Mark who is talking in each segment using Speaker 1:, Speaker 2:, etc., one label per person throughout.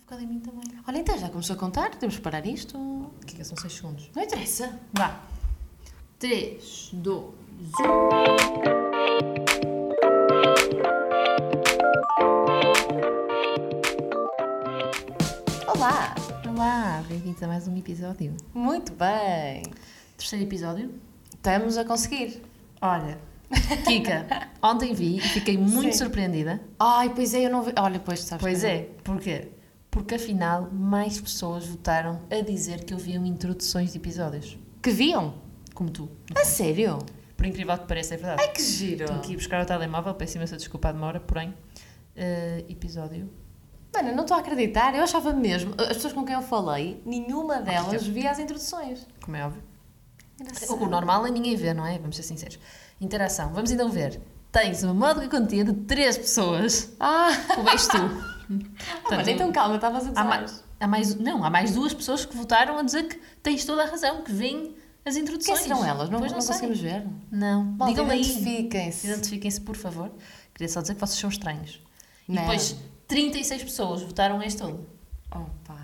Speaker 1: focada Tá em mim também.
Speaker 2: Olha, então já começou a contar, temos que parar isto.
Speaker 1: O que é que são 6 segundos?
Speaker 2: Não interessa.
Speaker 1: Vá. um. 3, 2, 1.
Speaker 2: Olá!
Speaker 1: Olá, bem-vindos a mais um episódio.
Speaker 2: Muito bem!
Speaker 1: Terceiro episódio.
Speaker 2: Estamos a conseguir.
Speaker 1: Olha, Kika, ontem vi e fiquei muito
Speaker 2: Sim.
Speaker 1: surpreendida.
Speaker 2: Ai, pois é, eu não vi. Olha, pois sabes.
Speaker 1: Pois
Speaker 2: que-
Speaker 1: é, porquê? Porque afinal mais pessoas votaram a dizer que ouviam introduções de episódios.
Speaker 2: Que viam?
Speaker 1: Como tu.
Speaker 2: A sério?
Speaker 1: Por incrível que pareça, é verdade.
Speaker 2: Ai, que giro!
Speaker 1: Tenho que ir buscar o telemóvel, peço imensa desculpa à demora, porém, eh, episódio.
Speaker 2: Mano, não estou a acreditar, eu achava mesmo. As pessoas com quem eu falei, nenhuma delas via as introduções.
Speaker 1: Como é óbvio.
Speaker 2: Engraçado.
Speaker 1: O, o normal é ninguém ver, não é? Vamos ser sinceros. Interação. Vamos então ver. Tens uma módica quantia de 3 pessoas.
Speaker 2: Ah,
Speaker 1: Como és tu?
Speaker 2: ah, mas
Speaker 1: Portanto,
Speaker 2: então calma, estavas a é
Speaker 1: há,
Speaker 2: dizer.
Speaker 1: mais, há mais. Não, há mais duas pessoas que votaram a dizer que tens toda a razão, que vêm as
Speaker 2: Quem
Speaker 1: introduções.
Speaker 2: serão elas? Não,
Speaker 1: Pois
Speaker 2: não é
Speaker 1: sei.
Speaker 2: conseguimos ver.
Speaker 1: Não.
Speaker 2: Malta,
Speaker 1: Digam aí.
Speaker 2: Identifiquem-se.
Speaker 1: Identifiquem-se, por favor. Queria só dizer que vocês são estranhos. E
Speaker 2: Não.
Speaker 1: depois, 36 pessoas votaram este todo.
Speaker 2: Opa,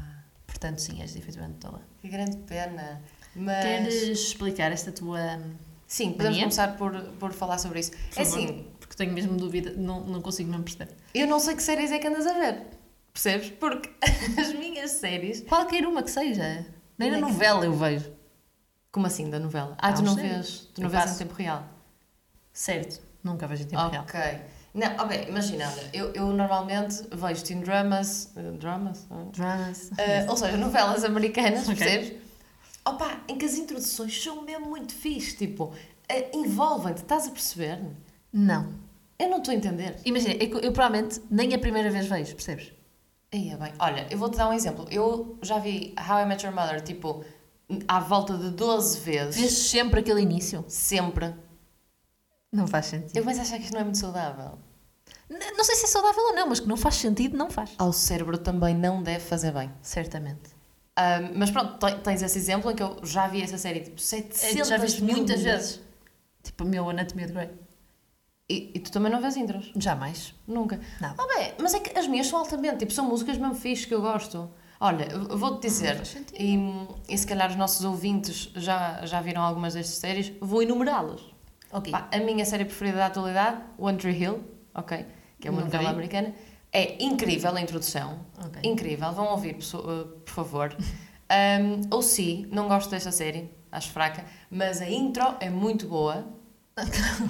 Speaker 1: Portanto, sim, és efetivamente tola.
Speaker 2: que grande pena. Mas.
Speaker 1: Queres explicar esta tua.
Speaker 2: Sim, podemos
Speaker 1: Mania?
Speaker 2: começar por, por falar sobre isso.
Speaker 1: por
Speaker 2: é
Speaker 1: favor?
Speaker 2: assim,
Speaker 1: Porque tenho mesmo dúvida, não, não consigo mesmo perceber.
Speaker 2: eu não sei que séries é que andas a ver. Percebes? Porque as minhas séries.
Speaker 1: Qualquer uma que seja. Nem na
Speaker 2: Onde é que-
Speaker 1: novela eu vejo.
Speaker 2: Como assim, da novela? Ah,
Speaker 1: Ah,
Speaker 2: tu
Speaker 1: não
Speaker 2: não
Speaker 1: sei.
Speaker 2: vês. Tu
Speaker 1: Eu
Speaker 2: não vês em
Speaker 1: passo.
Speaker 2: tempo real.
Speaker 1: Certo. Nunca vejo em tempo real.
Speaker 2: ok. Não, ok, imagina, olha, eu, eu normalmente vejo teen dramas. eh, Dramas? Ah.
Speaker 1: Dramas.
Speaker 2: Ah, ou seja, novelas americanas,
Speaker 1: Ok.
Speaker 2: percebes? Opa, em que as introduções são mesmo muito fixe, tipo, eh, envolvem-te, estás a perceber?
Speaker 1: Não.
Speaker 2: Eu não estou a entender.
Speaker 1: Imagina, é eu, eu provavelmente nem a primeira vez vejo, percebes?
Speaker 2: Aí é bem. Olha, eu vou-te dar um exemplo. Eu já vi How I Met Your Mother, tipo, à volta de 12 vezes.
Speaker 1: Vês sempre aquele início.
Speaker 2: Sempre.
Speaker 1: Não faz sentido.
Speaker 2: Eu começo a achar que isto não é muito saudável.
Speaker 1: N- Não sei se é saudável ou não, mas que não faz sentido, não faz.
Speaker 2: Ao cérebro também não deve fazer bem.
Speaker 1: Certamente.
Speaker 2: Ahm, mas pronto, te- tens esse exemplo em que eu já vi essa série tipo 700
Speaker 1: É, já viste
Speaker 2: mil
Speaker 1: muitas vezes. Tipo, o meu Anatomia de Grey.
Speaker 2: E, e tu também não vês intros?
Speaker 1: Jamais.
Speaker 2: Nunca.
Speaker 1: Não.
Speaker 2: Ah, bem, mas é que as minhas são altamente, tipo, são músicas mesmo fixe que eu gosto. Olha, eu vou-te dizer,
Speaker 1: faz sentido.
Speaker 2: e, e se calhar os nossos ouvintes já, já viram algumas destas séries, vou enumerá-las.
Speaker 1: Ok.
Speaker 2: Pá, a minha série preferida da atualidade, One Tree Hill, ok? Que é uma
Speaker 1: Não
Speaker 2: novela
Speaker 1: vi.
Speaker 2: americana. É incrível a introdução.
Speaker 1: Ok.
Speaker 2: Incrível. Vão ouvir, pesso- uh, por favor. Um, ou sim, não gosto desta série, acho fraca, mas a intro é muito boa.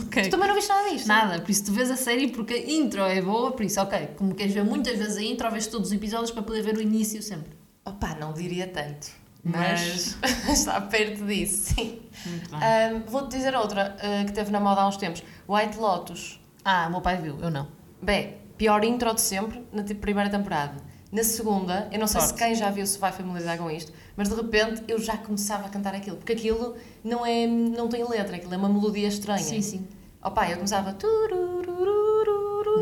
Speaker 1: Ok.
Speaker 2: Tu também não viste nada disto?
Speaker 1: Nada, por isso tu vês a série porque a intro é boa, por isso, ok. Como queres ver muitas vezes a intro, vês todos os episódios para poder ver o início sempre.
Speaker 2: Opa, não diria tanto, mas,
Speaker 1: Mas-
Speaker 2: está perto disso, sim.
Speaker 1: Muito
Speaker 2: Um, Vou-te dizer outra uh, que teve na moda há uns tempos: White Lotus.
Speaker 1: Ah, o meu pai viu, eu não.
Speaker 2: Bem, pior intro de sempre na te- primeira temporada. Na segunda, eu não sei se
Speaker 1: Sorte.
Speaker 2: quem já viu se vai familiarizar com isto, mas de repente eu já começava a cantar aquilo, porque aquilo não é não tem letra, aquilo é uma melodia estranha.
Speaker 1: Sim, sim.
Speaker 2: Opa, eu começava turururururu.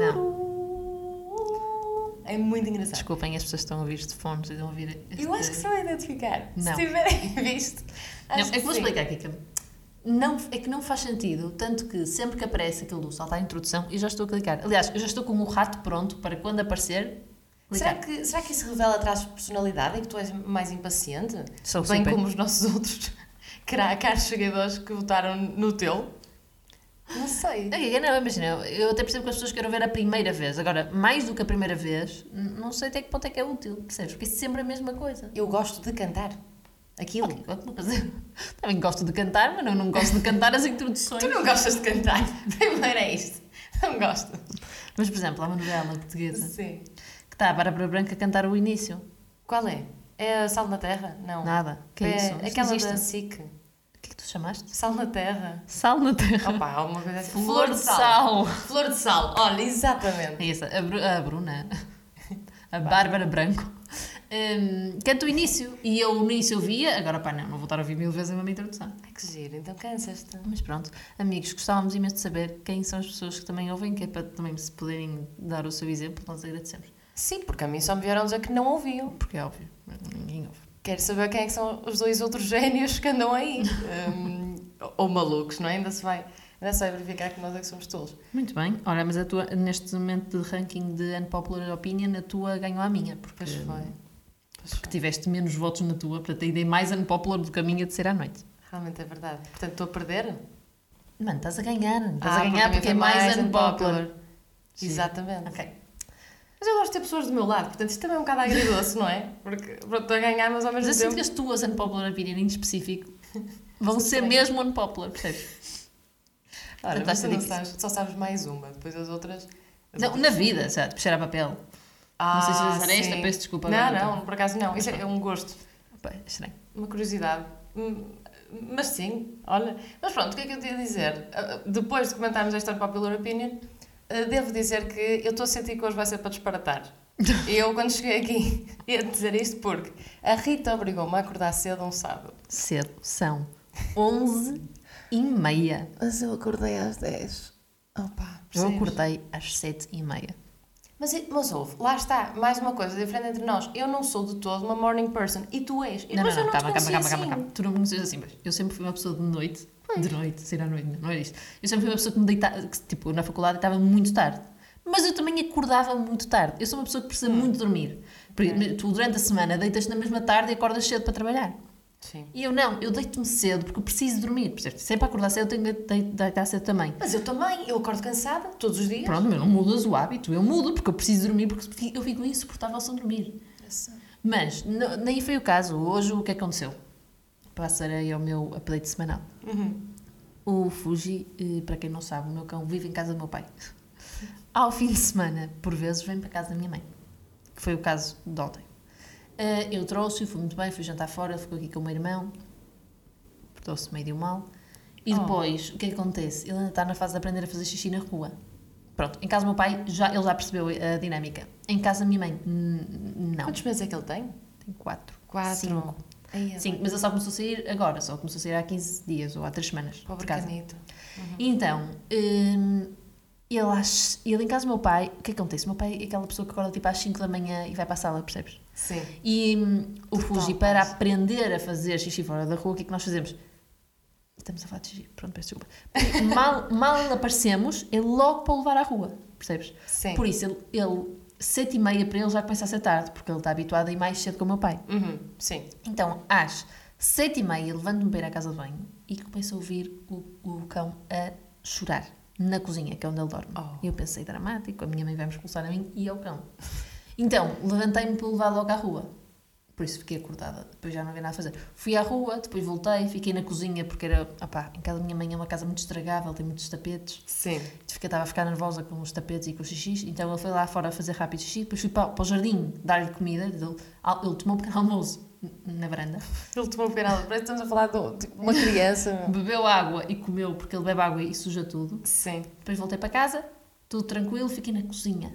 Speaker 2: É muito engraçado.
Speaker 1: Desculpem as pessoas que estão a ouvir de fones e estão a ouvir. este-
Speaker 2: Eu acho que se vão identificar. Se
Speaker 1: Não.
Speaker 2: tiverem visto.
Speaker 1: Não,
Speaker 2: acho
Speaker 1: é que vou
Speaker 2: sim.
Speaker 1: explicar, Kika. Não, é que não faz sentido, tanto que sempre que aparece aquele luz, salta a introdução e já estou a clicar. Aliás, eu já estou com o rato pronto para quando aparecer,
Speaker 2: Será
Speaker 1: clicar.
Speaker 2: que, será que isso revela traços de personalidade e que tu és mais impaciente?
Speaker 1: Sou
Speaker 2: Bem
Speaker 1: super.
Speaker 2: como os nossos outros caros seguidores que votaram no teu? Não sei.
Speaker 1: Ok, Não, imagina, eu- eu até percebo que as pessoas queiram ver a primeira vez. Agora, mais do que a primeira vez, n- não sei até que ponto é que é útil, percebes? Porque é sempre a mesma coisa.
Speaker 2: Eu gosto de cantar. Aquilo.
Speaker 1: Ok, alguma coisa- Também gosto de cantar, mas não, não gosto de cantar as introduções.
Speaker 2: Tu não gostas de cantar. Primeiro é isto. Não gosto.
Speaker 1: Mas, por exemplo, há uma novela portuguesa
Speaker 2: Sim.
Speaker 1: que está a Bárbara Branca a cantar o início.
Speaker 2: Qual é? É a Sal na Terra? Não.
Speaker 1: Nada. Que
Speaker 2: é
Speaker 1: é, isso? Isto
Speaker 2: aquela
Speaker 1: existe?
Speaker 2: da SIC.
Speaker 1: O que é que tu chamaste?
Speaker 2: Sal na Terra.
Speaker 1: Sal na terra.
Speaker 2: Opa, alguma coisa assim.
Speaker 1: Flor de sal.
Speaker 2: Flor de sal. Olha, exatamente.
Speaker 1: É isso, a, Bru- a Bruna, a Bárbara Branco, hum, canta o início. E eu no início ouvia, agora pá, não, não vou estar a ouvir mil vezes a mesma introdução.
Speaker 2: Ai, que giro. Então cansas-te.
Speaker 1: Mas pronto, amigos, gostávamos imenso de saber quem são as pessoas que também ouvem, que é para também se poderem dar o seu exemplo, nós agradecemos.
Speaker 2: Sim, porque a mim só me vieram dizer que não ouviam.
Speaker 1: Porque é óbvio, ninguém ouve.
Speaker 2: Quero saber quem é que são os dois outros génios que andam aí. Hum, ou malucos, não é? Ainda se vai, Mas é só verificar que nós é que somos tolos.
Speaker 1: Muito bem. Olha, mas a tua, neste momento de ranking de Unpopular Opinion, a tua ganhou a minha, porque,
Speaker 2: Pois foi. Pois
Speaker 1: porque
Speaker 2: foi.
Speaker 1: tiveste menos votos na tua, portanto, ainda é mais unpopular do que a minha de ser à noite.
Speaker 2: Realmente é verdade. Portanto, estou a perder?
Speaker 1: Mano, estás a ganhar. Estás
Speaker 2: Ah,
Speaker 1: a ganhar porque é
Speaker 2: a minha foi
Speaker 1: mais unpopular. Sim.
Speaker 2: Exatamente.
Speaker 1: Ok.
Speaker 2: Mas eu gosto de ter pessoas do meu lado, portanto isto também é um bocado agridoce, não é? Porque pronto, estou a ganhar, mas ao
Speaker 1: Mas
Speaker 2: mesmo
Speaker 1: eu sinto
Speaker 2: tempo.
Speaker 1: que as tuas unpopular opinion em específico vão
Speaker 2: Sim,
Speaker 1: ser
Speaker 2: sim.
Speaker 1: mesmo unpopular, percebes?
Speaker 2: Ora,
Speaker 1: portanto,
Speaker 2: mas
Speaker 1: acho
Speaker 2: tu não
Speaker 1: difícil.
Speaker 2: sabes, só sabes mais uma, depois as outras. as
Speaker 1: Não,
Speaker 2: outras-
Speaker 1: na vida, já, de puxar a papel.
Speaker 2: Ah,
Speaker 1: sei se usar esta,
Speaker 2: sim.
Speaker 1: peço desculpa,
Speaker 2: Não,
Speaker 1: agora então. não
Speaker 2: não, por acaso não. Isso é é um gosto,
Speaker 1: Opa, é estranho.
Speaker 2: uma curiosidade. Hum, Mas sim, olha. Mas pronto, o que é que eu te ia dizer? Ah, Depois de comentarmos esta popular opinion, ah, devo dizer que eu estou a sentir que hoje vai ser para disparatar. Eu, quando cheguei aqui, ia dizer isto porque a Rita obrigou-me a acordar cedo um sábado.
Speaker 1: Cedo, são 11 e meia.
Speaker 2: Mas eu acordei às 10. Opa,
Speaker 1: Eu
Speaker 2: percebes?
Speaker 1: acordei às 7 e meia.
Speaker 2: Mas, e- mas ouve, lá está, mais uma coisa diferente entre nós. Eu não sou de todo uma morning person e tu és. E
Speaker 1: Não,
Speaker 2: mas
Speaker 1: não,
Speaker 2: eu
Speaker 1: não,
Speaker 2: te
Speaker 1: calma, calma,
Speaker 2: conheci
Speaker 1: calma, calma,
Speaker 2: assim.
Speaker 1: calma. Tu não me conheces assim, mas eu sempre fui uma pessoa de noite, de noite, sair à noite, não era isto. Eu sempre fui uma pessoa que me deitava, que, tipo, na faculdade estava muito tarde. Mas eu também acordava muito tarde. Eu sou uma pessoa que
Speaker 2: Hum.
Speaker 1: precisa muito dormir. Por- Tu, durante a semana, deitas-te na mesma tarde e acordas cedo para trabalhar.
Speaker 2: Sim.
Speaker 1: E eu não, eu deito-me cedo porque eu preciso dormir. Percebes? Sempre a acordar cedo, eu tenho de de- de deitar cedo também.
Speaker 2: Mas eu também, eu acordo cansada todos os dias.
Speaker 1: Pronto, mas não mudas o hábito. Eu mudo porque eu preciso dormir, porque fi- eu fico insuportável sem dormir. Mas n- nem foi o caso. Hoje o que aconteceu? Passarei ao meu update semanal.
Speaker 2: Uhum.
Speaker 1: O Fuji, eh, para quem não sabe, o meu cão vive em casa do meu pai. Ao fim de semana, por vezes, vem para casa da minha mãe, que foi o caso de ontem. Eh, Eu trouxe-o, fui muito bem, fui jantar fora, ficou aqui com o meu irmão, portou-se meio mal. E
Speaker 2: Oh.
Speaker 1: depois, o que é que acontece? Ele ainda está na fase de aprender a fazer xixi na rua. Pronto, em casa do meu pai, já, ele já percebeu eh, a dinâmica. Em casa da minha mãe, n- não.
Speaker 2: Quantos meses é que ele tem? é
Speaker 1: Tem quatro.
Speaker 2: Cinco.
Speaker 1: Cinco.
Speaker 2: Ai,
Speaker 1: Sim, mas ele só começou a sair agora, só começou a sair há 15 dias ou há 3 semanas. de
Speaker 2: Pobre
Speaker 1: casa.
Speaker 2: canito.
Speaker 1: Então, hum, ele, às, ele em casa do meu pai, o que é que acontece? O meu pai é aquela pessoa que acorda tipo às 5 da manhã e vai para a sala, percebes?
Speaker 2: Sim.
Speaker 1: E hum, o
Speaker 2: Total
Speaker 1: Fuji, para
Speaker 2: pausa.
Speaker 1: aprender a fazer xixi fora da rua, o que é que nós fazemos? Estamos a falar de xixi, pronto, peço desculpa. mal, mal aparecemos, é logo para o levar à rua, percebes?
Speaker 2: Sim.
Speaker 1: Por isso, ele, ele sete e meia para ele já começa a ser tarde, porque ele está habituado a ir mais cedo com o meu pai.
Speaker 2: Uhum. Sim.
Speaker 1: Então, às sete e meia, levanto-me para ir à casa de banho e começo a ouvir o, o cão a chorar na cozinha, que é onde ele dorme.
Speaker 2: Oh.
Speaker 1: Eu pensei dramático, a minha mãe vai me expulsar a mim e ao cão. Então, levantei-me para o levar logo à rua. Por isso fiquei acordada, depois já não havia nada a fazer. Fui à rua, depois voltei, fiquei na cozinha, porque era, opá, em casa da minha mãe é uma casa muito estragável, tem muitos tapetes.
Speaker 2: Sim.
Speaker 1: Fiquei- Estava a ficar nervosa com os tapetes e com os xixis, então ele foi lá fora fazer rápido xixi, depois fui para, para o jardim dar-lhe comida, ele, ele tomou um pequeno almoço na varanda,
Speaker 2: Ele tomou o penal. Parece que estamos a falar de de uma criança. meu.
Speaker 1: bebeu água e comeu, porque ele bebe água e suja tudo.
Speaker 2: Sim.
Speaker 1: Depois voltei para casa, tudo tranquilo, fiquei na cozinha,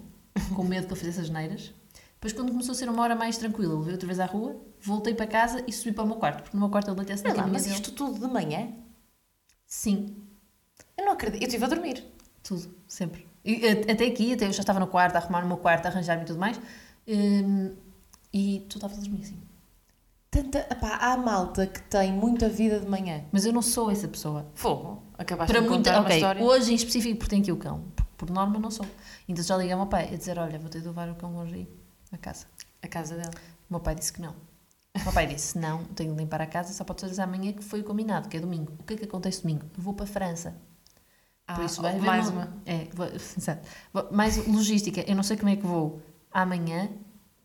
Speaker 1: com medo que ele fizesse as neiras. Depois, quando começou a ser uma hora mais tranquila, ele veio outra vez à rua, voltei para casa e subi para o meu quarto, porque no meu quarto ele deitava-se na
Speaker 2: Sei lá,
Speaker 1: caminha
Speaker 2: mas
Speaker 1: dele.
Speaker 2: isto tudo de manhã?
Speaker 1: Sim,
Speaker 2: Eu não acredito. Eu estive a dormir.
Speaker 1: tudo, sempre. E, a- até aqui, até eu já estava no quarto, a arrumar o meu quarto, a arranjar-me e tudo mais, hum, e tu estavas a dormir assim.
Speaker 2: Tanta, epá, há malta que tem muita vida de manhã.
Speaker 1: Mas eu não sou essa pessoa.
Speaker 2: Fogo. Acabaste
Speaker 1: Para
Speaker 2: de me
Speaker 1: muita,
Speaker 2: contar uma
Speaker 1: ok,
Speaker 2: história.
Speaker 1: hoje em específico porque tenho aqui o cão. Por norma não sou. Então já liguei ao meu pai a dizer, olha, vou ter de levar o cão hoje aí à casa.
Speaker 2: A casa dela.
Speaker 1: O meu pai disse que não. O meu pai disse, não, tenho de limpar a casa, só pode ser amanhã que foi o combinado, que é domingo. O que é que acontece domingo? Eu vou para a França. Por isso vai haver
Speaker 2: Ah, mais
Speaker 1: Ah, uma-
Speaker 2: uma.
Speaker 1: É, vou- exato. Vou- mais logística. Eu não sei como é que vou amanhã.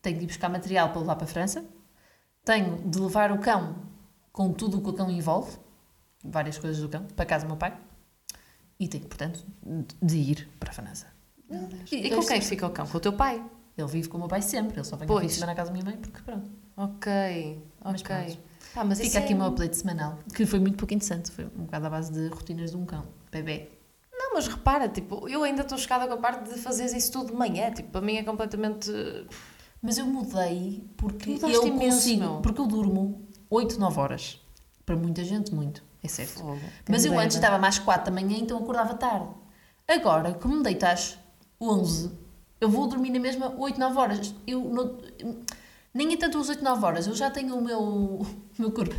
Speaker 1: Tenho de ir buscar material para levar para a França. Tenho de levar o cão com tudo o que o cão envolve, várias coisas do cão, para casa do meu pai. E tenho, portanto, de ir para a França.
Speaker 2: E com quem fica o cão? Com o teu pai.
Speaker 1: Ele vive com o meu pai sempre. Ele só vem ao fim
Speaker 2: Pois.
Speaker 1: de semana à casa da minha mãe porque pronto.
Speaker 2: Ok,
Speaker 1: Mas
Speaker 2: ok.
Speaker 1: pronto.
Speaker 2: Ah, mas isso
Speaker 1: Fica aqui
Speaker 2: é-
Speaker 1: o meu update semanal, que foi muito pouco interessante. Foi um bocado à base de rotinas de um cão. Bebê.
Speaker 2: Não, mas repara, tipo, eu ainda estou chocada com a parte de fazeres isso tudo de manhã. Tipo, para mim é completamente.
Speaker 1: Mas eu mudei porque
Speaker 2: Tu mudaste
Speaker 1: eu
Speaker 2: imenso,
Speaker 1: consigo,
Speaker 2: meu.
Speaker 1: porque eu durmo 8, 9 horas. Para muita gente, muito, é certo.
Speaker 2: Fogo.
Speaker 1: Mas eu
Speaker 2: Quem
Speaker 1: antes
Speaker 2: dera.
Speaker 1: estava mais 4 da manhã, então acordava tarde. Agora, como me deito às 11, eu vou dormir na mesma 8, 9 horas. Eu não- nem é tanto as 8, 9 horas, eu já tenho o meu, o meu corpo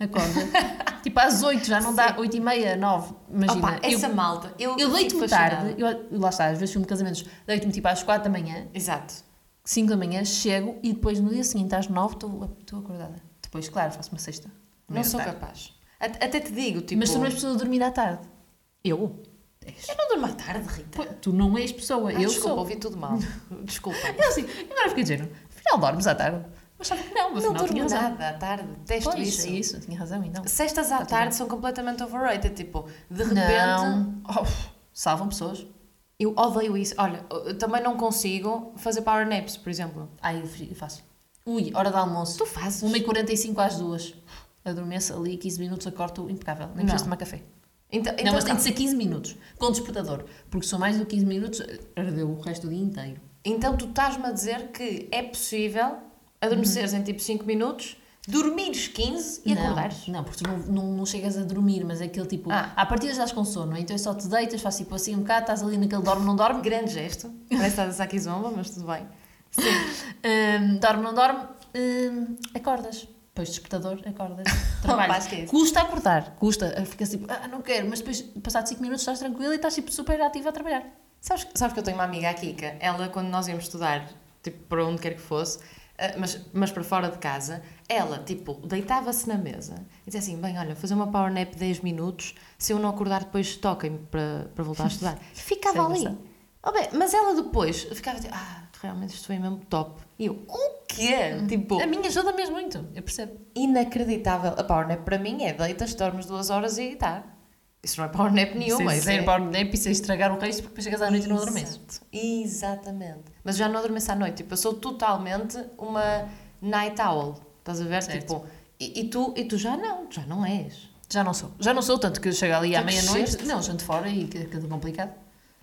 Speaker 1: Acorda. tipo às 8, já não dá 8 e meia, 9. Imagina.
Speaker 2: Opa, essa é malta. Eu,
Speaker 1: Eu
Speaker 2: fico
Speaker 1: deito-me
Speaker 2: fascinada.
Speaker 1: tarde, eu, lá está, às vezes filmo casamentos, deito-me tipo às 4 da manhã,
Speaker 2: Exato.
Speaker 1: 5 da manhã, chego e depois no dia seguinte às 9 estou estou acordada. Depois, claro, faço uma sexta.
Speaker 2: Não sou capaz. Até até te digo, tipo.
Speaker 1: Mas tu não és pessoa de dormir à tarde. Tá. Eu?
Speaker 2: Eu não durmo à tarde, Rita.
Speaker 1: Tu não és pessoa,
Speaker 2: Ah,
Speaker 1: eu
Speaker 2: desculpa,
Speaker 1: sou.
Speaker 2: ouvi tudo mal. Desculpa.
Speaker 1: Eu assim, agora fiquei dizendo, afinal dormes à tarde. Mas sabe que não, afinal
Speaker 2: não durmo
Speaker 1: tinha razão.
Speaker 2: nada à tarde. Detesto
Speaker 1: Pois,
Speaker 2: isso. Tá
Speaker 1: é isso, tinha razão, então.
Speaker 2: Sextas à
Speaker 1: tudo
Speaker 2: tarde são completamente overrated. Tipo, de repente.
Speaker 1: Não, Oh, salvam pessoas.
Speaker 2: Eu odeio isso. Olha, eu também não consigo fazer power naps, por exemplo.
Speaker 1: Ai, eu fri- eu faço. Ui, hora de almoço.
Speaker 2: Tu fazes.
Speaker 1: 1h45 às 2 Adormeço ali 15 minutos, acordo implacável. Nem preciso
Speaker 2: Não.
Speaker 1: tomar café.
Speaker 2: Então,
Speaker 1: não,
Speaker 2: então
Speaker 1: mas tem
Speaker 2: calma.
Speaker 1: de ser 15 minutos. Com despertador. Porque se for mais do que 15 minutos, ardeu o resto do dia inteiro.
Speaker 2: Então tu estás-me a dizer que é possível adormeceres em tipo 5 minutos, dormires 15 e
Speaker 1: não,
Speaker 2: acordares?
Speaker 1: Não, porque tu não, não, não chegas a dormir, mas é aquele tipo.
Speaker 2: Ah.
Speaker 1: À partida já estás com sono, então é só te deitas, faz tipo assim um bocado, estás ali naquele dorme, não dorme.
Speaker 2: Grande gesto. Parece que estás a saque zomba, mas tudo bem.
Speaker 1: Hum, dorme, não dorme. hum, acordas. Depois despertador, acordas.
Speaker 2: Rapaz, que é
Speaker 1: Trabalhas.
Speaker 2: isso?
Speaker 1: custa acordar, custa. Ficas tipo, ah, não quero, mas depois, passado 5 minutos, estás tranquila e estás tipo super ativa a trabalhar.
Speaker 2: Sabes, sabes que eu tenho uma amiga, a Kika, ela quando nós íamos estudar, tipo, para onde quer que fosse, eh, mas, mas para fora de casa, ela, tipo, deitava-se na mesa e dizia assim, bem, olha, vou fazer uma power nap de 10 minutos, se eu não acordar depois toquem-me para, para voltar a estudar. E Ficava
Speaker 1: Isso é
Speaker 2: ali. Oh, bem, mas ela depois ficava tipo, ah, realmente isto foi mesmo top. E eu, o quê? Tipo,
Speaker 1: Uhum. A minha ajuda mesmo muito, eu percebo.
Speaker 2: inacreditável. A power nap para mim é deitas, dormes duas horas e tá. Isso não é power nap nenhuma.
Speaker 1: sem
Speaker 2: isso
Speaker 1: ser
Speaker 2: é-
Speaker 1: power nap e sem estragar o resto, porque depois chegas à noite e não adormeces.
Speaker 2: Exato. Exatamente. Mas já não adormeço à noite. Tipo, eu sou totalmente uma night owl. Estás a ver?
Speaker 1: Certo.
Speaker 2: Tipo, e, e tu, e tu já não, tu já não és.
Speaker 1: Já não sou. Já não sou, tanto que eu chego ali à
Speaker 2: Já
Speaker 1: meia-noite.
Speaker 2: cresceste.
Speaker 1: Não, janto fora e que que complicado.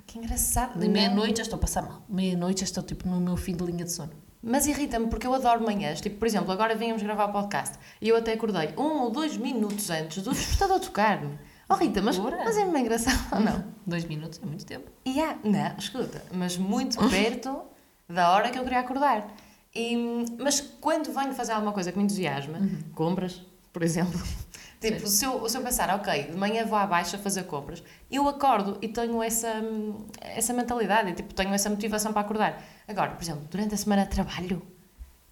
Speaker 2: Que engraçado.
Speaker 1: De
Speaker 2: não. é?
Speaker 1: meia-noite já estou a passar mal. Meia-noite já estou tipo no meu fim de linha de sono.
Speaker 2: Mas irrita-me porque eu adoro manhãs. Tipo, por exemplo, agora vínhamos gravar o podcast e eu até acordei um ou dois minutos antes do despertador tocar-me. Oh Rita, mas,
Speaker 1: Ora.
Speaker 2: mas é mesmo engraçado ou não?
Speaker 1: Dois minutos é muito tempo.
Speaker 2: E há, não, escuta, mas muito perto da hora que eu queria acordar. E, mas quando venho fazer alguma coisa que me entusiasma,
Speaker 1: Uhum.
Speaker 2: compras, por exemplo, tipo, se eu, se eu pensar, ok, de manhã vou à baixa fazer compras, eu acordo e tenho essa, hum, essa mentalidade, e, tipo, tenho essa motivação para acordar. Agora, por exemplo, durante a semana de trabalho,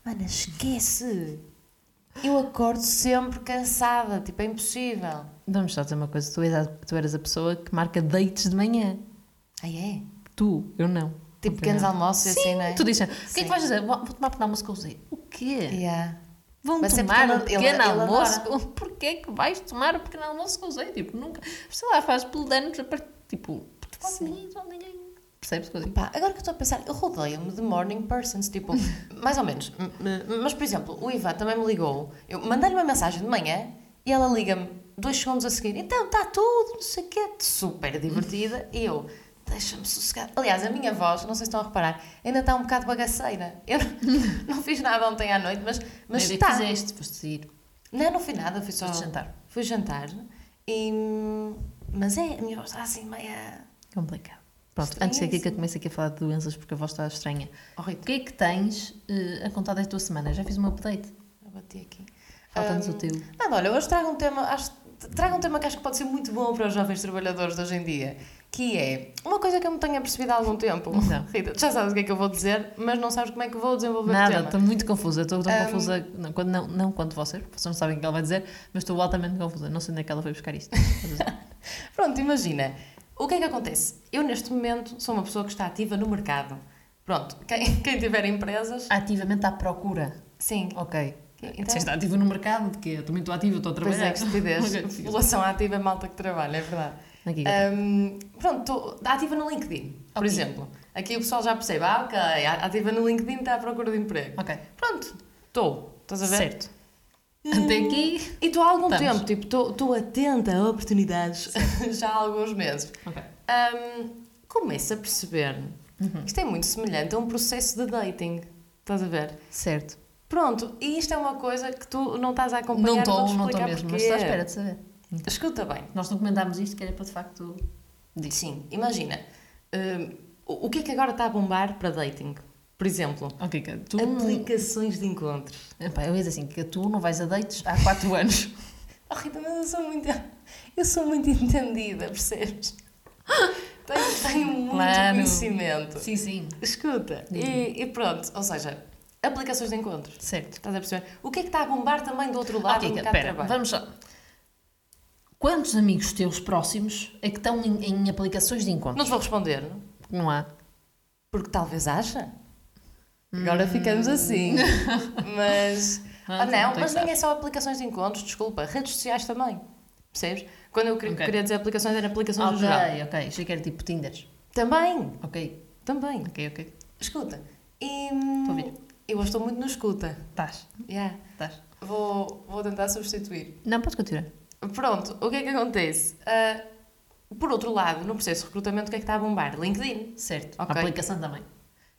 Speaker 2: mano, esquece! Eu acordo sempre cansada, tipo, é impossível.
Speaker 1: Vamos só dizer uma coisa. Tu, és a- tu eras a pessoa que marca dates de manhã.
Speaker 2: Aí é?
Speaker 1: Tu, eu não. Compreendo.
Speaker 2: Tipo, pequenos almoços e
Speaker 1: Sim,
Speaker 2: assim, não é?
Speaker 1: tu dizes, o que é
Speaker 2: Sim.
Speaker 1: que vais fazer? Vou vou tomar pequeno almoço com o Zé. O quê?
Speaker 2: Yeah.
Speaker 1: Vão
Speaker 2: Mas é porque
Speaker 1: tomar
Speaker 2: ele-
Speaker 1: um
Speaker 2: ele-
Speaker 1: pequeno
Speaker 2: ele
Speaker 1: almoço? Porquê é que vais tomar o pequeno almoço com o Zé? Tipo, nunca. Sei lá, faz pelo dano para. Tipo, porque faz
Speaker 2: Sim.
Speaker 1: ninguém, só ninguém. Percebes o que eu digo?
Speaker 2: Pá, agora que eu estou a pensar, eu rodeio-me de morning persons, tipo, mais ou menos. M- m- Mas, por exemplo, o Ivan também me ligou. Eu mandei-lhe uma mensagem de manhã e ela liga-me dois segundos a seguir. Então, está tudo, não sei o quê, super divertida. E eu, deixa-me sossegada. Aliás, a minha voz, não sei se estão a reparar, ainda está um bocado bagaceira. Eu não, não fiz nada ontem à noite, mas, mas
Speaker 1: Mas tá.
Speaker 2: está.
Speaker 1: é fizeste, foste sair,
Speaker 2: Não, não fui nada, fui só...
Speaker 1: foste jantar.
Speaker 2: Fui jantar e... Mas é, a minha voz está assim meia...
Speaker 1: Complicado. Pronto,
Speaker 2: Estranho
Speaker 1: antes que a Kika
Speaker 2: isso.
Speaker 1: comece aqui a falar de doenças porque a voz está estranha. O
Speaker 2: Horrível.
Speaker 1: que é que tens eh, a contar da tua semana? Já fiz um update.
Speaker 2: Eu bati aqui. Hum,
Speaker 1: Falta-nos
Speaker 2: Ahm,
Speaker 1: o teu.
Speaker 2: Nada, olha, hoje trago um tema, acho, trago um tema que acho que pode ser muito bom para os jovens trabalhadores de hoje em dia, que é uma coisa que eu me tenho apercebido há algum tempo.
Speaker 1: Não.
Speaker 2: Rita, tu já sabes o que é que eu vou dizer, mas não sabes como é que vou desenvolver o
Speaker 1: Nada,
Speaker 2: tema.
Speaker 1: estou muito confusa. Estou tão
Speaker 2: Ahm.
Speaker 1: confusa. Não, quando, não, não quanto você, porque vocês não sabem o que ela vai dizer, mas estou altamente confusa. Não sei onde é que ela foi buscar isto.
Speaker 2: Pronto, imagina. O que é que acontece? Eu, neste momento, sou uma pessoa que está ativa no mercado. Pronto, quem, quem tiver empresas.
Speaker 1: Ativamente à procura.
Speaker 2: Sim.
Speaker 1: Ok.
Speaker 2: Então-
Speaker 1: Você está ativa no mercado? De quê? Eu também estou ativa, estou a
Speaker 2: Pois
Speaker 1: trabalhar.
Speaker 2: é, que estupidez.
Speaker 1: Ok.
Speaker 2: População ativa é malta que trabalha, é verdade.
Speaker 1: Aqui,
Speaker 2: Hum, pronto, estou ativa no LinkedIn, por
Speaker 1: Ok.
Speaker 2: exemplo. Aqui o pessoal já percebe, ah, ok, a- ativa no LinkedIn está à procura de emprego.
Speaker 1: ok.
Speaker 2: Pronto, estou, estás a ver? Hum.
Speaker 1: Certo. Até aqui.
Speaker 2: E estou há algum
Speaker 1: Estamos.
Speaker 2: tempo, tipo, estou- estou atenta a oportunidades já há alguns meses.
Speaker 1: Ok.
Speaker 2: Hum, começo a perceber
Speaker 1: Uhum.
Speaker 2: que isto é muito semelhante a um processo de dating, estás a ver?
Speaker 1: Certo.
Speaker 2: Pronto, e isto é uma coisa que tu não estás a acompanhar,
Speaker 1: Não
Speaker 2: vou
Speaker 1: estou, não estou
Speaker 2: explicar
Speaker 1: mesmo, mas
Speaker 2: porquê.
Speaker 1: estou à espera de saber.
Speaker 2: Escuta bem.
Speaker 1: Nós não comentámos isto, que era para de facto. disso.
Speaker 2: Sim, imagina. hum, o o que é que agora está a bombar para dating? Por exemplo,
Speaker 1: Ok, que tu.
Speaker 2: Hum. aplicações de encontros.
Speaker 1: Epá, eu ia dizer assim, que tu não vais a dates há 4 anos.
Speaker 2: Oh, Rita, mas eu sou muito, eu sou muito entendida, percebes? Tenho, tenho muito
Speaker 1: Claro.
Speaker 2: conhecimento.
Speaker 1: Sim, sim.
Speaker 2: Escuta, e, e pronto, ou seja, aplicações de encontro.
Speaker 1: Certo.
Speaker 2: Estás a perceber? O que é que está a bombar também do outro lado
Speaker 1: Ok,
Speaker 2: do mercado de
Speaker 1: espera,
Speaker 2: trabalho?
Speaker 1: vamos lá. Quantos amigos teus próximos é que estão em, em aplicações de encontro?
Speaker 2: Não te vou responder, não?
Speaker 1: Não há.
Speaker 2: Porque talvez haja. Agora ficamos assim. mas.
Speaker 1: Ah,
Speaker 2: Hum. Ah, não,
Speaker 1: tem
Speaker 2: mas
Speaker 1: que
Speaker 2: nem é só aplicações de encontros, desculpa. Redes sociais também. Percebes? Quando eu queria,
Speaker 1: Ok.
Speaker 2: queria dizer aplicações, era aplicações do
Speaker 1: Ok,
Speaker 2: geral.
Speaker 1: ok. Achei que era tipo Tinder.
Speaker 2: Também,
Speaker 1: Ok,
Speaker 2: também.
Speaker 1: ok, ok.
Speaker 2: Escuta. E. hum,
Speaker 1: Estou a ouvir.
Speaker 2: Eu hoje estou muito no escuta.
Speaker 1: Estás,
Speaker 2: Yeah.
Speaker 1: estás.
Speaker 2: Vou, vou tentar substituir.
Speaker 1: Não, podes continuar.
Speaker 2: Pronto, o que é que acontece? Ah, por outro lado, no processo de recrutamento, o que é que está a bombar? LinkedIn.
Speaker 1: Certo.
Speaker 2: Ok.
Speaker 1: A aplicação também.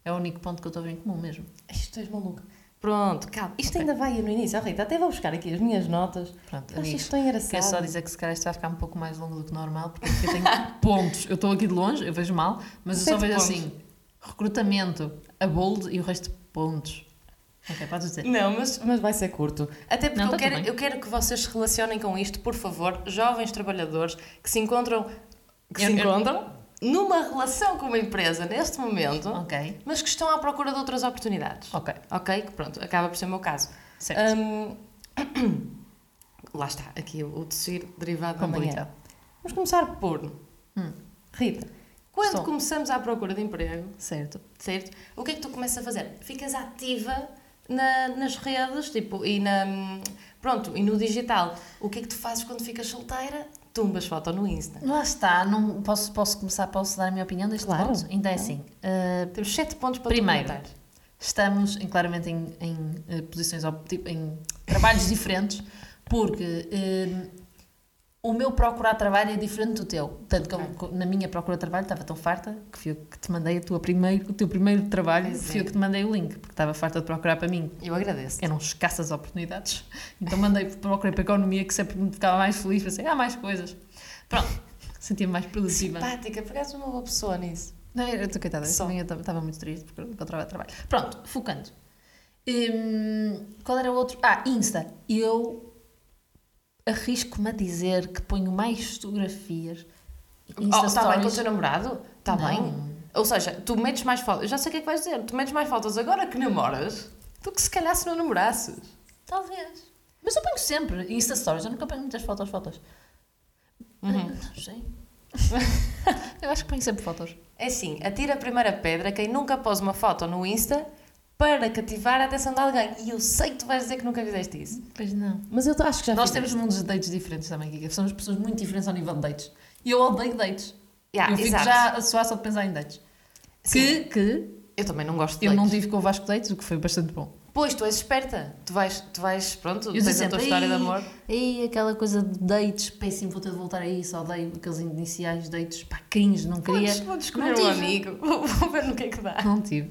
Speaker 1: É o único ponto que eu estou a ver em comum mesmo.
Speaker 2: Isto tu és maluca. Pronto, calma. Isto
Speaker 1: Ok.
Speaker 2: ainda vai no início. Oh, Rita, até vou buscar aqui as minhas notas.
Speaker 1: Pronto,
Speaker 2: Eu acho
Speaker 1: amigos.
Speaker 2: isto tão engraçado.
Speaker 1: Quero só dizer que se calhar isto vai ficar um pouco mais longo do que normal, porque eu tenho pontos. Eu estou aqui de longe, eu vejo mal, mas eu só
Speaker 2: Sete
Speaker 1: vejo
Speaker 2: pontos.
Speaker 1: assim: recrutamento, a bold e o resto pontos. Ok, podes dizer.
Speaker 2: Não, mas, mas vai ser curto. Até porque
Speaker 1: Não, tá
Speaker 2: eu, quero,
Speaker 1: tudo bem.
Speaker 2: eu quero que vocês se relacionem com isto, por favor, jovens trabalhadores que se encontram, que
Speaker 1: Eu- eu-
Speaker 2: se encontram numa relação com uma empresa neste momento,
Speaker 1: Ok,
Speaker 2: mas que estão à procura de outras oportunidades.
Speaker 1: ok,
Speaker 2: Ok? Que pronto, acaba por ser o meu caso.
Speaker 1: certo.
Speaker 2: Hum, lá está, aqui o, o tecido derivado da manhã.
Speaker 1: Complicado.
Speaker 2: Vamos começar por.
Speaker 1: Hum.
Speaker 2: Rita, quando
Speaker 1: Estou.
Speaker 2: começamos à procura de emprego,
Speaker 1: Certo.
Speaker 2: certo? O que é que tu começas a fazer? Ficas ativa na- nas redes tipo, e, na, pronto, e no digital. O que é que tu fazes quando ficas solteira? Tumbas foto no Insta.
Speaker 1: Lá está, não posso, posso começar, posso dar a minha opinião deste
Speaker 2: Claro.
Speaker 1: ponto? Ainda é assim. uh,
Speaker 2: Temos 7 pontos para
Speaker 1: Primeiro.
Speaker 2: tu comentar.
Speaker 1: estamos em- claramente em, em, uh, posições, op- tipo, em trabalhos diferentes, porque um, o meu procurar trabalho é diferente do teu. Tanto que eu, na minha procura de trabalho estava tão farta que fui eu que te mandei a tua primeiro, o teu primeiro trabalho,
Speaker 2: Pois
Speaker 1: fui
Speaker 2: é.
Speaker 1: eu que te mandei o link, porque estava farta de procurar para mim.
Speaker 2: Eu agradeço.
Speaker 1: Eram escassas oportunidades. Então mandei procurei para a economia, que sempre me ficava mais feliz, pensei, há mais coisas. Pronto, sentia-me mais produtiva.
Speaker 2: Simpática, por acaso uma boa pessoa nisso.
Speaker 1: Não, eu estou coitada,
Speaker 2: Só.
Speaker 1: também eu estava muito triste porque não encontrava trabalho. Pronto, focando. Hum, qual era o outro? Ah, Insta. Eu arrisco-me a dizer que ponho mais fotografias.
Speaker 2: Oh, está bem com o
Speaker 1: stories.
Speaker 2: teu namorado? Está
Speaker 1: Não.
Speaker 2: bem? Ou seja, tu metes mais fotos. Eu já sei o que é que vais dizer. Tu metes mais fotos agora que namoras do que se calhar se não namorasses.
Speaker 1: Talvez. Mas eu ponho sempre Insta Stories, eu nunca ponho muitas fotos, fotos. Ah,
Speaker 2: Uhum.
Speaker 1: Não sei. eu acho que ponho sempre fotos.
Speaker 2: É assim, atira a primeira pedra quem nunca pôs uma foto no Insta para cativar a atenção de alguém. E eu sei que tu vais dizer que nunca fizeste isso.
Speaker 1: Pois não.
Speaker 2: Mas eu acho que já
Speaker 1: Nós temos mundos de dates diferentes também, Kika. Somos pessoas muito diferentes ao nível de dates. E eu odeio dates.
Speaker 2: Yeah,
Speaker 1: eu fico
Speaker 2: exato.
Speaker 1: já a suar só de pensar em dates. Que,
Speaker 2: Sim.
Speaker 1: que
Speaker 2: Eu também não gosto de
Speaker 1: Eu não
Speaker 2: leitos.
Speaker 1: tive com o Vasco Leites, o que foi bastante bom.
Speaker 2: Pois, tu és esperta. Tu vais, tu vais pronto,
Speaker 1: Eu é
Speaker 2: tens a tua história de amor.
Speaker 1: E aquela coisa de dates, péssimo, vou ter de voltar a isso, odeio aqueles iniciais dates, pá, cringe, não queria.
Speaker 2: Podes, vou descobrir
Speaker 1: Não
Speaker 2: um
Speaker 1: tive.
Speaker 2: amigo. Vou, vou ver no que é que dá.
Speaker 1: Não tive.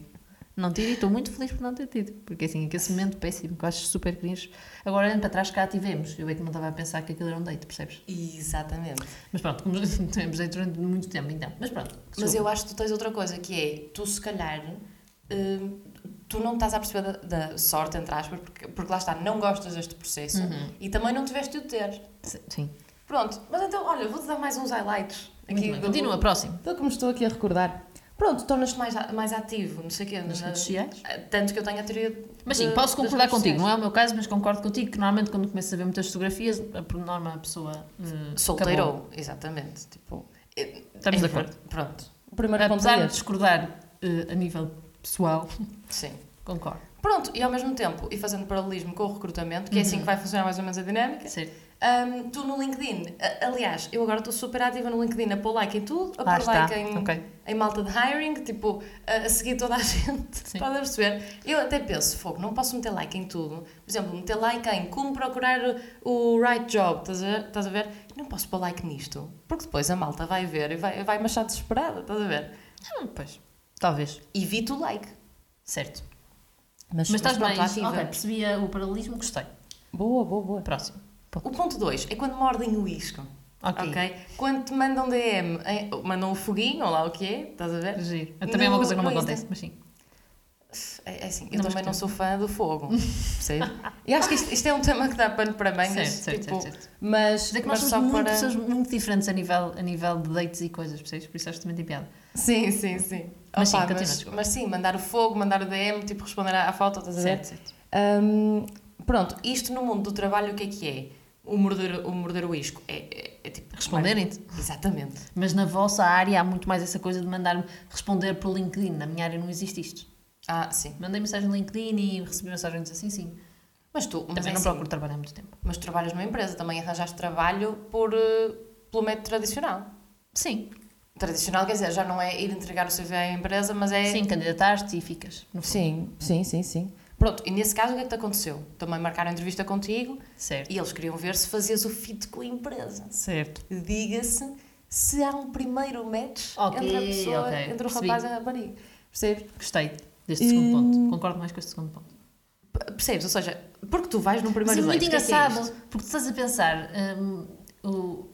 Speaker 1: Não tive e estou muito feliz por não ter tido, porque assim, aquele momento péssimo, que eu acho super cringe. Agora, olhando para trás, cá tivemos. Eu é que não estava a pensar que aquilo era um date, percebes?
Speaker 2: Exatamente.
Speaker 1: Mas pronto, como tivemos date durante muito tempo, então. Mas pronto.
Speaker 2: Mas eu acho que tu tens outra coisa, que é, tu se calhar, hum, tu não estás a perceber da, da sorte, entre aspas, porque, porque lá está, não gostas deste processo
Speaker 1: Uhum.
Speaker 2: e também não tiveste de o ter.
Speaker 1: Sim.
Speaker 2: Pronto, mas então, olha, vou-te dar mais uns highlights.
Speaker 1: Muito bem. Continua, próximo.
Speaker 2: Então, como estou aqui a recordar. Pronto, tornas-te mais, a- mais ativo, não sei o quê.
Speaker 1: Nas
Speaker 2: na-
Speaker 1: redes sociais?
Speaker 2: Tanto que eu tenho a teoria
Speaker 1: Mas
Speaker 2: de-
Speaker 1: sim, posso
Speaker 2: das
Speaker 1: concordar
Speaker 2: redes
Speaker 1: contigo, não
Speaker 2: sociais.
Speaker 1: é o meu caso, mas concordo contigo que normalmente quando começo a ver muitas fotografias, a- por norma a pessoa uh, acabou.
Speaker 2: Solteirou, exatamente. Tipo, eh,
Speaker 1: Estamos de
Speaker 2: enfim,
Speaker 1: acordo.
Speaker 2: Pronto,
Speaker 3: O primeiro
Speaker 1: Apesar
Speaker 3: ponto é
Speaker 1: de
Speaker 3: este.
Speaker 1: discordar eh, a nível pessoal,
Speaker 2: sim.
Speaker 1: concordo.
Speaker 2: Pronto, e ao mesmo tempo, e fazendo paralelismo com o recrutamento, que é
Speaker 1: Uhum.
Speaker 2: assim que vai funcionar mais ou menos a dinâmica,
Speaker 1: Certo.
Speaker 2: hum, tu no LinkedIn, a- aliás, eu agora estou super ativa no LinkedIn a pôr like em tudo, a
Speaker 1: Lá
Speaker 2: pôr like
Speaker 1: está. Então
Speaker 2: em,
Speaker 1: Ok.
Speaker 2: em malta de hiring, tipo, a, a seguir toda a gente,
Speaker 1: Sim.
Speaker 2: estás a perceber? Eu até penso, fogo, não posso meter like em tudo. Por exemplo, meter like em como procurar o, o right job, estás a, estás a ver? Não posso pôr like nisto, porque depois a malta vai ver e vai, vai me achar desesperada, estás a ver?
Speaker 1: Hum, pois. Talvez.
Speaker 2: Evito o like.
Speaker 1: Certo.
Speaker 3: Mas,
Speaker 1: Mas estás
Speaker 2: pronto,
Speaker 1: mais.
Speaker 2: ativa.
Speaker 1: Ok, percebia o paralelismo, gostei.
Speaker 3: Boa, boa, boa.
Speaker 1: Próximo.
Speaker 2: O ponto 2 é quando mordem o isco.
Speaker 1: Ok.
Speaker 2: ok? Quando te mandam DM, em- mandam o foguinho, ou lá o que é, estás a ver?
Speaker 1: Giro. Também é uma
Speaker 2: No-
Speaker 1: coisa que não me
Speaker 2: no Insta.
Speaker 1: acontece, mas sim.
Speaker 2: É, é assim,
Speaker 1: Não,
Speaker 2: eu
Speaker 1: mas
Speaker 2: também não
Speaker 1: tu-
Speaker 2: sou fã do fogo, percebes? E acho que isto, isto é um tema que dá pano para mangas,
Speaker 1: Certo, certo,
Speaker 2: tipo,
Speaker 1: certo, certo.
Speaker 2: mas,
Speaker 1: Mas é que nós somos
Speaker 2: mas só
Speaker 1: muito,
Speaker 2: para...
Speaker 1: pessoas muito diferentes a nível, a nível de dates e coisas, percebes? Por isso acho que também tem piada.
Speaker 2: Sim, sim, sim.
Speaker 1: Mas sim,
Speaker 2: Opa,
Speaker 1: continua,
Speaker 2: mas,
Speaker 1: desculpa.
Speaker 2: mas sim, mandar o fogo, mandar o DM, tipo, responder à, à falta, estás a ver?
Speaker 1: Certo, certo.
Speaker 2: Hum, pronto, isto no mundo do trabalho, o que é que é? O morder o, morder o isco. É, é, é tipo...
Speaker 1: Responderem-te.
Speaker 2: Exatamente.
Speaker 1: Mas na vossa área há muito mais essa coisa de mandar-me responder pelo LinkedIn. Na minha área não existe isto.
Speaker 2: Ah, sim.
Speaker 1: Mandei mensagem no LinkedIn e recebi mensagens assim, sim.
Speaker 2: Mas tu, mas
Speaker 1: Também
Speaker 2: é
Speaker 1: não
Speaker 2: assim,
Speaker 1: procuro trabalhar muito tempo.
Speaker 2: mas tu trabalhas numa empresa, também arranjaste trabalho por, eh, pelo método tradicional.
Speaker 1: Sim,
Speaker 2: Tradicional quer dizer, já não é ir entregar o CV à empresa, mas é...
Speaker 1: sim, candidataste e ficas. No fundo.
Speaker 2: Sim, sim, sim, sim. Pronto, e nesse caso o que é que te aconteceu? Também marcaram entrevista contigo
Speaker 1: Certo.
Speaker 2: e eles queriam ver se fazias o fit com a empresa.
Speaker 1: Certo.
Speaker 2: Diga-se se há um primeiro match
Speaker 1: Ok,
Speaker 2: entre a pessoa,
Speaker 1: ok,
Speaker 2: entre o
Speaker 1: percebi.
Speaker 2: rapaz e a rapariga. Percebes?
Speaker 1: Gostei deste segundo
Speaker 2: Hum.
Speaker 1: ponto. Concordo mais com este segundo ponto.
Speaker 2: P- Percebes? Ou seja, porque tu vais num
Speaker 1: Mas
Speaker 2: primeiro
Speaker 1: é muito
Speaker 2: date, o que que é
Speaker 1: engraçado,
Speaker 2: isto?
Speaker 1: porque tu estás a pensar. hum, o...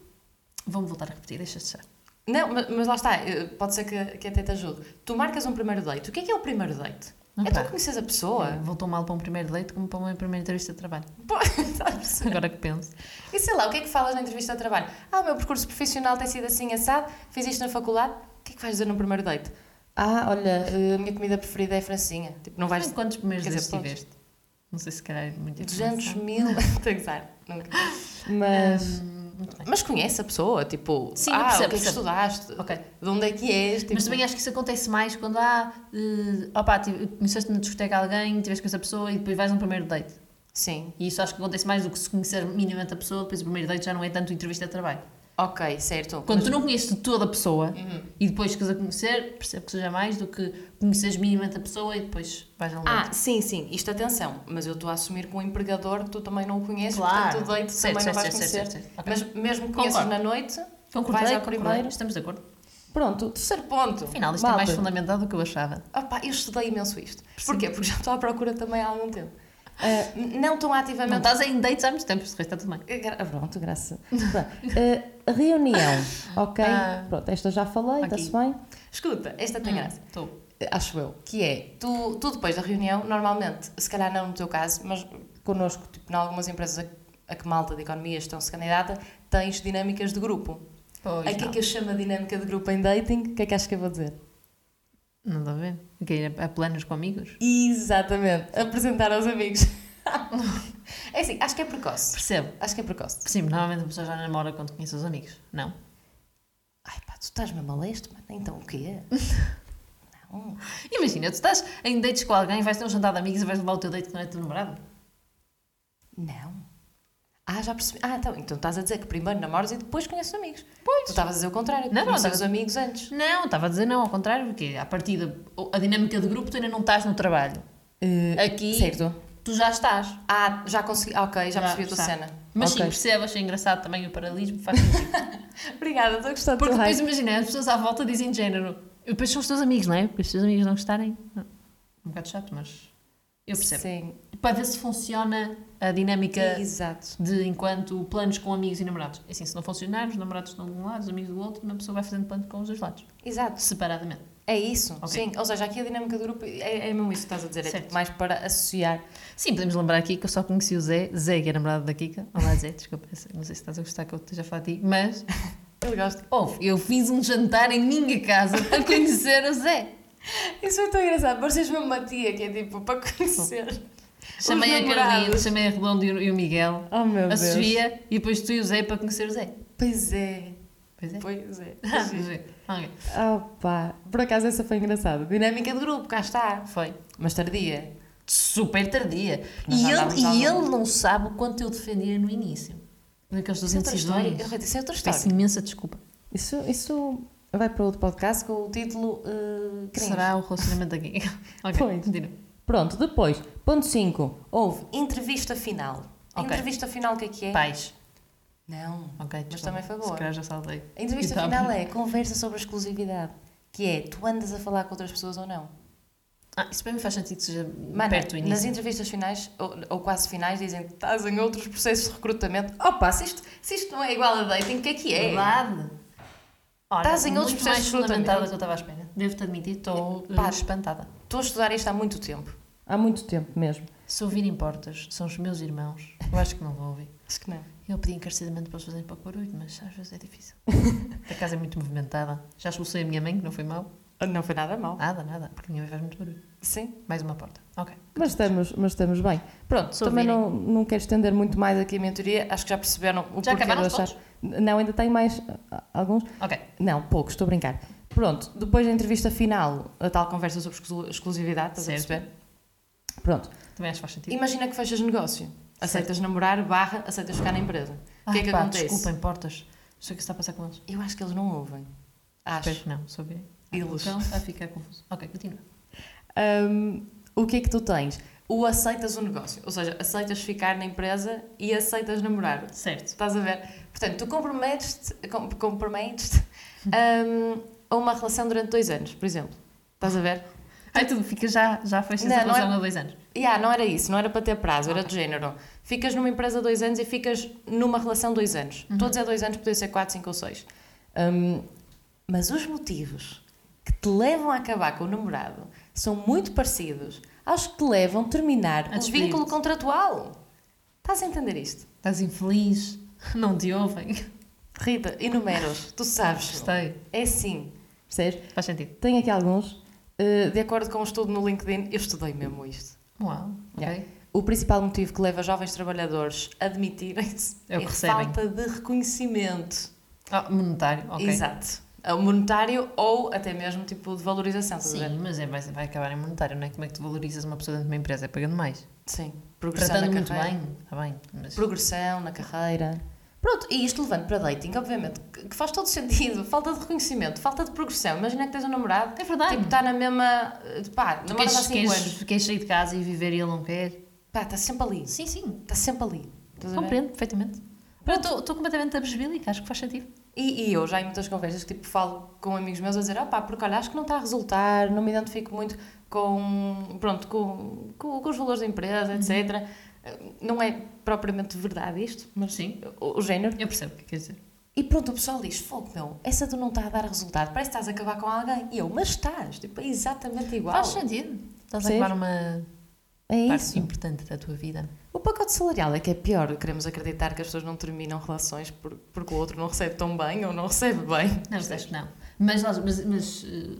Speaker 1: Vamos voltar a repetir, deixa-te já.
Speaker 2: Não, mas, mas lá está, eh, pode ser que, que até te ajude. Tu marcas um primeiro date. O que é que é o primeiro date?
Speaker 1: Não
Speaker 2: é
Speaker 1: tá.
Speaker 2: tu conheces a pessoa.
Speaker 1: Voltou mal para um primeiro date como para uma primeira entrevista de trabalho.
Speaker 2: Pô, sabes?
Speaker 1: Agora que penso.
Speaker 2: E sei lá, o que é que falas na entrevista de trabalho? Ah, o meu percurso profissional tem sido assim assado, fiz isto na faculdade. O que é que vais dizer no primeiro date? Ah, olha, eh, a minha comida preferida é francinha. Tipo, não vais...
Speaker 1: Mas quantos primeiros
Speaker 2: quer
Speaker 1: dates
Speaker 2: dizer,
Speaker 1: tiveste? Não sei se calhar é muito
Speaker 2: 200
Speaker 1: informação.
Speaker 2: mil. Estou a gozar, nunca. Mas.
Speaker 1: Hum, muito bem.
Speaker 2: Mas conhece a pessoa, tipo,
Speaker 1: Sim,
Speaker 2: ah,
Speaker 1: percebo,
Speaker 2: o que é que
Speaker 1: percebo.
Speaker 2: estudaste?
Speaker 1: Ok.
Speaker 2: De onde é que és? Tipo,
Speaker 1: Mas também acho que isso acontece mais quando há. ah, opá, tive- conheceste na discoteca alguém, tiveste com essa pessoa e depois vais a um primeiro date.
Speaker 2: Sim,
Speaker 1: E isso acho que acontece mais do que se conhecer minimamente a pessoa, depois o primeiro date já não é tanto entrevista de trabalho.
Speaker 2: ok, certo.
Speaker 1: Quando
Speaker 2: Mas-
Speaker 1: tu não conheces de toda a pessoa e depois queres a conhecer, percebo que seja mais do que conheces minimamente a pessoa e depois vais a um date.
Speaker 2: Ah, sim, sim, isto atenção, mas eu estou a assumir que um empregador tu também não o conheces,
Speaker 1: Claro.
Speaker 2: portanto o date
Speaker 1: Certo,
Speaker 2: também não
Speaker 1: certo,
Speaker 2: vais
Speaker 1: certo,
Speaker 2: conhecer.
Speaker 1: certo, certo. Ok.
Speaker 2: Mas mesmo que conheças
Speaker 1: Concordo.
Speaker 2: na noite, vais
Speaker 1: Concordei,
Speaker 2: ao
Speaker 1: concordei,
Speaker 2: primeiro.
Speaker 1: estamos de acordo.
Speaker 2: Pronto, terceiro ponto.
Speaker 1: Afinal, isto é mais fundamentado do que eu achava.
Speaker 2: Opa, eu estudei imenso isto. Porquê? Porque já estou à procura também há algum tempo. Ah, não tão
Speaker 1: Não
Speaker 2: ativamente.
Speaker 1: estás em dates há muito tempo, de resto está tudo bem.
Speaker 2: Gra- Pronto, ah, graças.
Speaker 3: Uh, reunião, ok?
Speaker 1: Ah.
Speaker 3: Pronto, esta já falei,
Speaker 1: Ok.
Speaker 3: está-se bem?
Speaker 2: Escuta, esta tem graça.
Speaker 1: Estou.
Speaker 2: Hum. Acho eu. Que é, tu, tu depois da reunião, normalmente, se calhar não no teu caso, mas connosco, tipo, em algumas empresas a, a que malta de economia estão-se candidata, tens dinâmicas de grupo.
Speaker 1: Pois
Speaker 2: a que é
Speaker 1: não.
Speaker 2: que eu chamo a dinâmica de grupo em dating? O que é que acho que eu vou dizer?
Speaker 1: Não dá a ver? Ok, há planos com amigos?
Speaker 2: Exatamente. Apresentar aos amigos. é assim, acho que é precoce.
Speaker 1: Percebo.
Speaker 2: Acho que é precoce.
Speaker 1: Sim, normalmente a pessoa já namora quando conhece os amigos, não?
Speaker 2: Ai pá, tu estás mesmo a leste, mano. Então o quê? não.
Speaker 1: Imagina, tu estás em dates com alguém, vais ter um jantar de amigos e vais levar o teu date que não é teu namorado.
Speaker 2: Não. Ah, já percebi. Ah, então, então estás a dizer que primeiro namoras e depois conheces os amigos.
Speaker 1: Pois.
Speaker 2: Tu estavas a dizer o contrário.
Speaker 1: Não, não,
Speaker 2: Não, não.
Speaker 1: estava-
Speaker 2: os amigos antes.
Speaker 1: Não, estava a dizer não, ao contrário, porque à partida, a dinâmica de grupo, tu ainda não estás no trabalho. Eh, Aqui,
Speaker 2: Eh, Certo.
Speaker 1: tu já estás.
Speaker 2: Ah, já consegui. Ah, ok, já,
Speaker 1: Já
Speaker 2: percebi a tua
Speaker 1: está.
Speaker 2: cena.
Speaker 1: Mas
Speaker 3: Ok.
Speaker 1: sim, percebo, achei engraçado também o paralelismo, faz sentido.
Speaker 2: Obrigada, estou a gostar
Speaker 1: Porque depois imagina, as pessoas à volta dizem de género. E Depois são os teus amigos, não é? Porque os teus amigos não gostarem. Um bocado chato, mas eu percebo.
Speaker 2: Sim,
Speaker 1: Para ver se funciona a dinâmica
Speaker 2: exato.
Speaker 1: de enquanto planos com amigos e namorados. Assim, se não funcionar, os namorados estão de um lado, os amigos do outro, uma pessoa vai fazendo planos com os dois lados,
Speaker 2: Exato.
Speaker 1: separadamente.
Speaker 2: É isso.
Speaker 1: Ok.
Speaker 2: Sim, ou seja, aqui a dinâmica do grupo é, é mesmo isso que estás a dizer. É
Speaker 1: Certo.
Speaker 2: tipo mais para associar.
Speaker 1: Sim, podemos lembrar aqui que eu só conheci o Zé, Zé que é namorado da Kika. Olá Zé, desculpa, não sei se estás a gostar que eu esteja a falar de ti, mas
Speaker 2: Eu gosto.
Speaker 1: houve, eu fiz um jantar em minha casa para conhecer o Zé.
Speaker 2: Isso foi tão engraçado. Pareces mesmo uma tia que é tipo para conhecer. os
Speaker 1: Chamei a Carolina,
Speaker 2: namorados.
Speaker 1: chamei a Redondo e o- e o Miguel.
Speaker 3: Oh meu
Speaker 1: a Sofia e depois tu e o Zé para conhecer o Zé.
Speaker 2: Pois é.
Speaker 1: Pois é.
Speaker 2: Pois é.
Speaker 1: Ah, pois é. Ok.
Speaker 3: Opa, por acaso essa foi engraçada.
Speaker 2: Dinâmica de grupo, cá está.
Speaker 1: Foi.
Speaker 2: Mas tardia.
Speaker 1: Super tardia.
Speaker 2: Nós
Speaker 1: E ele,
Speaker 2: andávamos
Speaker 1: e
Speaker 2: à
Speaker 1: ele
Speaker 2: mão.
Speaker 1: não sabe o quanto eu defendia no início. Naquelas duas
Speaker 2: Isso é outra história.
Speaker 1: indecisões.
Speaker 2: Eu repito, isso é outra história.
Speaker 1: Peço imensa desculpa.
Speaker 3: Isso, isso
Speaker 2: Vai para outro podcast com o título uh,
Speaker 1: Que será o relacionamento aqui. ok,
Speaker 3: Foi.
Speaker 1: continua.
Speaker 3: Pronto, depois, ponto 5.
Speaker 2: Houve entrevista final.
Speaker 1: Ok.
Speaker 2: Entrevista final, o que é que é?
Speaker 1: Pais.
Speaker 2: Não.
Speaker 1: Ok,
Speaker 2: Mas
Speaker 1: desculpa.
Speaker 2: também foi boa.
Speaker 1: Se calhar já saudei.
Speaker 2: A entrevista
Speaker 1: E tá
Speaker 2: final
Speaker 1: bom.
Speaker 2: é conversa sobre a exclusividade. Que é, tu andas a falar com outras pessoas ou não?
Speaker 1: Ah, isso para mim faz sentido que seja
Speaker 2: Mana,
Speaker 1: perto do
Speaker 2: nas
Speaker 1: início.
Speaker 2: entrevistas finais, ou, ou quase finais, dizem que estás em outros processos de recrutamento. Opa, se isto, se isto não é igual a dating, o que é que é?
Speaker 1: Verdade. Olha,
Speaker 2: Estás em outros
Speaker 1: muito mais
Speaker 2: processos de recrutamento.
Speaker 1: fundamentada do que eu estava à espera. Devo-te admitir, estou eh,
Speaker 2: Pá.
Speaker 1: espantada.
Speaker 2: estou a estudar isto há muito tempo.
Speaker 3: Há muito tempo mesmo.
Speaker 1: Se ouvirem portas, são os meus irmãos. Eu acho que não vão ouvir.
Speaker 2: Acho que não.
Speaker 1: Eu pedi encarecidamente para eles fazerem pouco barulho, mas às vezes é difícil. a casa é muito movimentada. Já expulsei a minha mãe, que não foi mal.
Speaker 2: Ah, Não foi nada mal.
Speaker 1: Nada, nada, porque a minha mãe faz muito barulho.
Speaker 2: Sim.
Speaker 1: Mais uma porta. Ok.
Speaker 3: Mas estamos, mas estamos bem. Pronto,
Speaker 1: Se
Speaker 3: também
Speaker 1: ouvirem.
Speaker 3: não, não quero estender muito mais aqui.
Speaker 2: Aqui a minha teoria, acho que já perceberam o
Speaker 1: Já
Speaker 2: porquê de
Speaker 1: acabaram os
Speaker 2: achar.
Speaker 1: pontos?
Speaker 3: Não, ainda tem mais ah, alguns.
Speaker 1: Ok.
Speaker 3: Não, poucos, estou a brincar. Pronto,
Speaker 2: Depois da entrevista final, a tal conversa sobre exclu- exclusividade, estás
Speaker 1: Certo.
Speaker 2: a perceber?
Speaker 3: pronto.
Speaker 1: Também acho que faz sentido.
Speaker 2: Tipo, Imagina que fechas negócio. Aceitas namorar, barra, aceitas ficar na empresa. O que é
Speaker 1: Ai,
Speaker 2: que
Speaker 1: pá,
Speaker 2: acontece?
Speaker 1: Desculpem, portas. Não sei o que está a passar com eles.
Speaker 2: Eu acho que eles não ouvem. Acho.
Speaker 1: Espero que não, se ouvirem.
Speaker 2: Eles.
Speaker 1: Então, vai ficar confuso. Ok, continua.
Speaker 3: Hum, o que é que tu tens?
Speaker 2: O aceitas o negócio. Ou seja, aceitas ficar na empresa e aceitas namorar.
Speaker 1: Certo.
Speaker 2: Estás a ver? Portanto, tu comprometes-te com- comprometes-te, hum, a uma relação durante dois anos, por exemplo. Estás a ver?
Speaker 1: Ai, tu fica já, já fez essa
Speaker 2: Não, não é-
Speaker 1: relação há dois anos.
Speaker 2: Yeah, não era isso, não era para ter prazo, era do género. Ficas numa empresa dois anos e ficas numa relação dois anos.
Speaker 3: Uhum.
Speaker 2: Todos é dois anos, podia ser quatro, cinco ou seis. Hum, mas os motivos que te levam a acabar com o namorado são muito parecidos aos que te levam a terminar
Speaker 1: A
Speaker 2: o
Speaker 1: despedir-te.
Speaker 2: vínculo contratual. Estás a entender isto?
Speaker 1: Estás infeliz, não te ouvem.
Speaker 2: Rita, enumeros, tu sabes.
Speaker 1: Gostei.
Speaker 2: É assim. Eh,
Speaker 3: Percebes?
Speaker 1: Faz sentido.
Speaker 3: Tenho aqui alguns. Uh,
Speaker 2: De acordo com o estudo no LinkedIn, eu estudei mesmo isto.
Speaker 1: Uau, ok.
Speaker 3: Yeah.
Speaker 2: O principal motivo que leva jovens trabalhadores a admitirem-se
Speaker 1: É o que
Speaker 2: a
Speaker 1: recebem.
Speaker 2: falta de reconhecimento.
Speaker 1: Ah, monetário, ok.
Speaker 2: Exato. Ou Monetário ou até mesmo tipo de valorização, estás a ver?
Speaker 1: Sim, mas é, vai, vai acabar em monetário, não é? Como é que tu valorizas uma pessoa dentro de uma empresa? É pagando mais.
Speaker 2: Sim. Progressão
Speaker 1: Tratando
Speaker 2: na
Speaker 1: muito
Speaker 2: carreira.
Speaker 1: bem, está bem. Mas...
Speaker 2: Progressão na carreira. Pronto, e isto levando para dating, obviamente, que que faz todo sentido. Falta de reconhecimento, falta de progressão. Imagina que tens um namorado,
Speaker 1: É verdade.
Speaker 2: tipo, está na mesma. eh, Pá,
Speaker 1: Tu
Speaker 2: namoras há
Speaker 1: queres,
Speaker 2: 5
Speaker 1: queres,
Speaker 2: anos.
Speaker 1: queres sair de casa e viver e ele não quer?
Speaker 2: Pá, está sempre ali.
Speaker 1: Sim, sim.
Speaker 2: Está sempre ali. Estás a ver?
Speaker 1: Compreendo perfeitamente. Eu Estou completamente absbílica, acho que faz sentido.
Speaker 2: E, e eu já em muitas conversas que tipo, falo com amigos meus a dizer, opá, porque olha, acho que não está a resultar, não me identifico muito com, pronto, com, com, com os valores da empresa,
Speaker 1: Uhum.
Speaker 2: etc. Não é propriamente verdade isto, mas
Speaker 1: Sim.
Speaker 2: o, o género.
Speaker 1: Eu percebo o que quer dizer.
Speaker 2: E pronto, o pessoal diz, fogo meu, essa tu não está a dar resultado, parece que estás a acabar com alguém. E eu, mas estás, tipo, é exatamente igual.
Speaker 1: Faz sentido. Estás a
Speaker 3: Percebes?
Speaker 1: acabar uma
Speaker 3: é
Speaker 1: parte
Speaker 3: isso.
Speaker 1: importante da tua vida.
Speaker 2: O pacote salarial é que é pior, queremos acreditar que as pessoas não terminam relações por- porque o outro não recebe tão bem ou não recebe bem.
Speaker 1: Não, disseste não. Mas, nós- mas, mas, eh,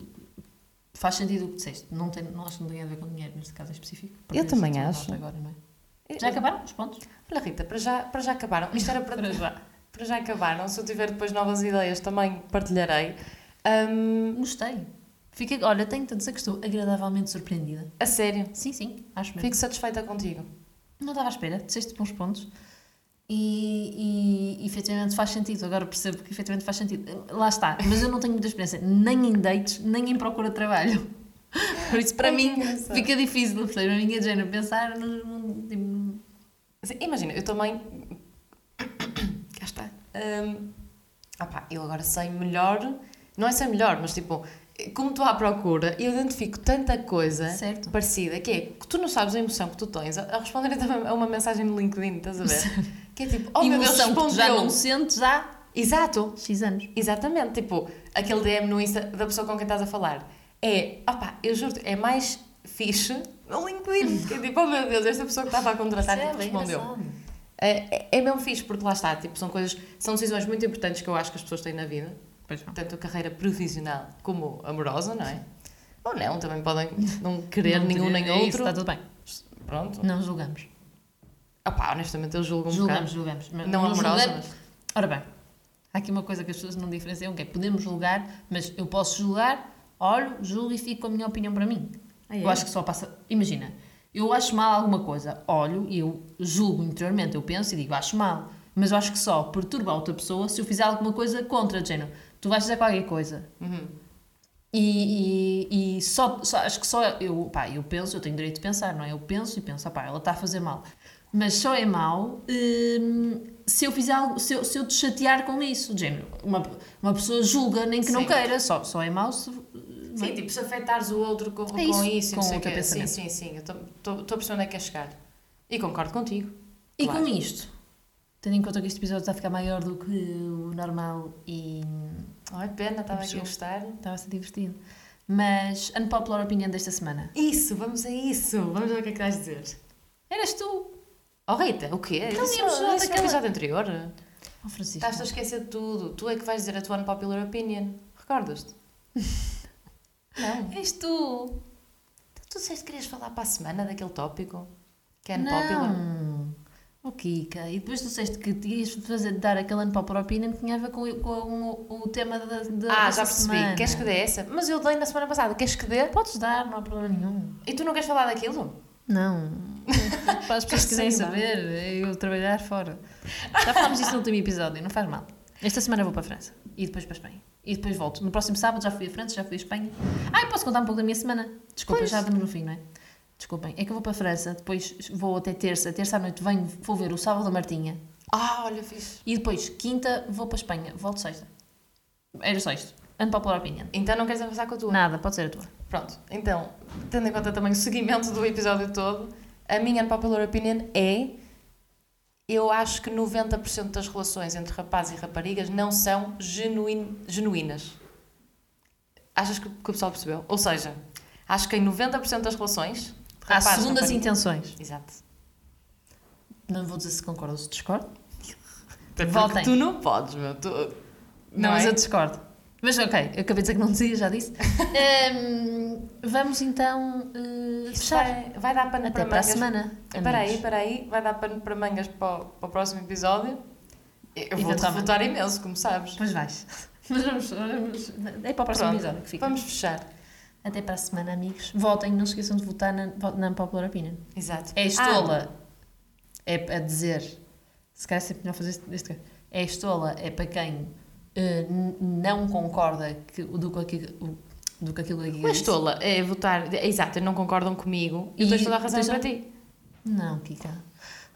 Speaker 1: faz sentido o que disseste. Não, tem, não acho que não tem a ver com dinheiro neste caso em específico. porque
Speaker 3: Eu também
Speaker 1: isso é tudo
Speaker 3: acho.
Speaker 1: Agora, não é? Já acabaram os pontos?
Speaker 2: Olha, Rita, para já, para já acabaram. Isto era para, para já. Para já acabaram. Se eu tiver depois novas ideias, também partilharei. Ahm,
Speaker 1: Gostei. Fiquei, olha, tenho-te a dizer que estou agradavelmente surpreendida.
Speaker 2: a sério,
Speaker 1: Sim, sim, acho mesmo.
Speaker 2: fico satisfeita contigo.
Speaker 1: Não estava à espera, disseste bons pontos. E, e efetivamente faz sentido, agora percebo que efetivamente faz sentido. Lá está, mas eu não tenho muita experiência, nem em dates, nem em procura de trabalho. Por isso, para
Speaker 2: Ai,
Speaker 1: mim,
Speaker 2: é que engraçado.
Speaker 1: fica difícil, percebes? Para mim é de género pensar no- no- tipo,
Speaker 2: Assim, imagina, eu também. Cá está. Ahm, opá, eu agora sei melhor. Não é sei melhor, mas tipo, como estou à procura, eu identifico tanta coisa
Speaker 1: Certo.
Speaker 2: parecida que é que tu não sabes a emoção que tu tens a a responder a uma- a uma mensagem no LinkedIn, estás a ver? Que é tipo, oh meu Deus,
Speaker 1: emoção que tu já
Speaker 2: respondeu.
Speaker 1: não sentes há
Speaker 2: Exato,
Speaker 1: X anos.
Speaker 2: Exatamente, tipo, aquele DM no Insta da pessoa com quem estás a falar. É, opá, eu juro é mais fixe no LinkedIn. Que é tipo, oh meu Deus, esta pessoa que estava a contratar
Speaker 1: Isso é
Speaker 2: tipo,
Speaker 1: bem
Speaker 2: respondeu.
Speaker 1: engraçado.
Speaker 2: É, é- é mesmo fixe, porque lá está, tipo, são coisas, são decisões muito importantes que eu acho que as pessoas têm na vida,
Speaker 1: Pois não.
Speaker 2: tanto a carreira profissional como amorosa, não é? Ou não, também podem não querer
Speaker 1: Não
Speaker 2: nenhum
Speaker 1: teria-
Speaker 2: nem
Speaker 1: é isso, tá.
Speaker 2: outro.
Speaker 1: Está tudo bem.
Speaker 2: Pronto.
Speaker 1: Não julgamos.
Speaker 2: Opá, honestamente, eu julgo um
Speaker 1: julgamos,
Speaker 2: bocado.
Speaker 1: julgamos. mas
Speaker 2: Não amorosa,
Speaker 1: julgamos-
Speaker 2: mas.
Speaker 1: Ora bem, há aqui uma coisa que as pessoas não diferenciam, que é podemos julgar, mas eu posso julgar, olho, julgo e fico com a minha opinião para mim.
Speaker 2: Ah, é?
Speaker 1: Eu acho que só passa... Imagina, eu acho mal alguma coisa, olho e eu julgo interiormente, eu penso e digo, acho mal. Mas eu acho que só perturba a outra pessoa se eu fizer alguma coisa contra, de género. Tu vais dizer qualquer coisa. E, e- e só, só- acho que só eu, pá, eu penso, eu tenho direito de pensar, não é? Eu penso e penso, ah pá, ela está a fazer mal. Mas só é mal hum, se eu fizer algo, se eu, se eu te chatear com isso, de género. Uma, uma pessoa julga, nem que não
Speaker 2: Sim.
Speaker 1: queira, só, só é mal se. não é?
Speaker 2: Sim, tipo, se afetares o outro com, com
Speaker 1: isso,
Speaker 2: É isso, e
Speaker 1: com
Speaker 2: não sei
Speaker 1: o
Speaker 2: o
Speaker 1: teu
Speaker 2: quê. Sim,
Speaker 1: pensamento.
Speaker 2: sim, sim. Eu estou a perceber onde é que queres chegar. E concordo contigo.
Speaker 1: E
Speaker 2: Claro.
Speaker 1: com isto, tendo em conta que este episódio está a ficar maior do que o normal e
Speaker 2: Ai, pena, estava aqui
Speaker 1: Pessoa.
Speaker 2: a gostar.
Speaker 1: estava a ser divertido, Mas, unpopular opinion desta semana.
Speaker 2: Isso, vamos a isso. Vamos ver o que é que vais dizer.
Speaker 1: Eras tu,
Speaker 2: Oh, Rita, o quê?
Speaker 1: Então
Speaker 2: Isso-
Speaker 1: íamos lá
Speaker 2: isso
Speaker 1: daquela-
Speaker 2: no episódio anterior.
Speaker 1: oh, Francisco.
Speaker 2: Estás a esquecer de tudo. Tu é que vais dizer a tua unpopular opinion. Recordas-te? Não.
Speaker 1: És tu.
Speaker 2: Então, tu disseste que querias falar para a semana daquele tópico? Que é unpopular?
Speaker 1: Não. O Kika. E depois tu disseste que te ias fazer, dar aquela unpopular opinion que tinha a ver com, com o, o tema da, da
Speaker 2: Ah,
Speaker 1: dessa
Speaker 2: já percebi.
Speaker 1: semana.
Speaker 2: Queres que dê essa? Mas eu dei na semana passada. Queres que dê?
Speaker 1: Podes dar, não há problema nenhum.
Speaker 2: E tu não queres falar daquilo?
Speaker 1: Não. Para as pessoas que quiserem
Speaker 2: Sim, não.
Speaker 1: saber, é eu trabalhar fora. Já falámos disso no último episódio, não faz mal. Esta semana vou para a França e depois para a Espanha. E depois volto. No próximo sábado já fui à França, já fui à Espanha. Ai, posso contar um pouco da minha semana? Desculpa,
Speaker 2: Pois.
Speaker 1: já damos no fim, não é? Desculpem, é que eu vou para a França, depois vou até terça, terça à noite venho, vou ver o Sábado da Martinha
Speaker 2: Ah, olha, fixe.
Speaker 1: e depois quinta vou para a Espanha, volto sexta. Era só isto. Unpopular opinion.
Speaker 2: Então não queres avançar com a tua?
Speaker 1: Nada, pode ser a tua.
Speaker 2: Pronto. Então, tendo em conta também o seguimento do episódio todo, a minha unpopular opinion é... Eu acho que 90% das relações entre rapazes e raparigas não são genuín- genuínas. Achas que, que o pessoal percebeu? Ou seja, acho que em 90% das relações... de
Speaker 1: Há
Speaker 2: rapazes e
Speaker 1: segundas
Speaker 2: raparigas-
Speaker 1: intenções.
Speaker 2: Exato.
Speaker 1: Não vou dizer se concordo ou se discordo.
Speaker 2: Até porque
Speaker 1: Voltem.
Speaker 2: Tu não podes, meu. Tu... Não,
Speaker 1: Não, mas
Speaker 2: é?
Speaker 1: eu discordo. Mas ok, eu acabei de dizer que não dizia, já disse. Hum, vamos então eh,
Speaker 2: Isto
Speaker 1: fechar.
Speaker 2: Vai, vai dar pano
Speaker 1: Até para
Speaker 2: para
Speaker 1: a
Speaker 2: mangas.
Speaker 1: semana.
Speaker 2: Espera aí,
Speaker 1: amigos.
Speaker 2: espera aí. Vai dar pano para mangas para o, para o próximo episódio. Eu vou-te
Speaker 1: Eventualmente.
Speaker 2: refutar imenso, como sabes.
Speaker 1: Pois vais. Mas vamos, vamos- É para o próximo
Speaker 2: Pronto,
Speaker 1: episódio que fica.
Speaker 2: Vamos fechar.
Speaker 1: Até para a semana, amigos. Votem, não se esqueçam de votar na, na Popular Opinion.
Speaker 2: Exato. Ah,
Speaker 1: É estola. É a dizer. Se calhar sempre melhor fazer este- este. É estola, é para quem eh, n- não concorda que, do, que aquilo- do que aquilo que eu
Speaker 2: Ah, mas
Speaker 1: disse.
Speaker 2: tola, é votar. é, exato, não concordam comigo. E eu
Speaker 1: E
Speaker 2: tens toda a razão
Speaker 1: tens um-
Speaker 2: para
Speaker 1: toda-
Speaker 2: ti.
Speaker 1: Não, Kika.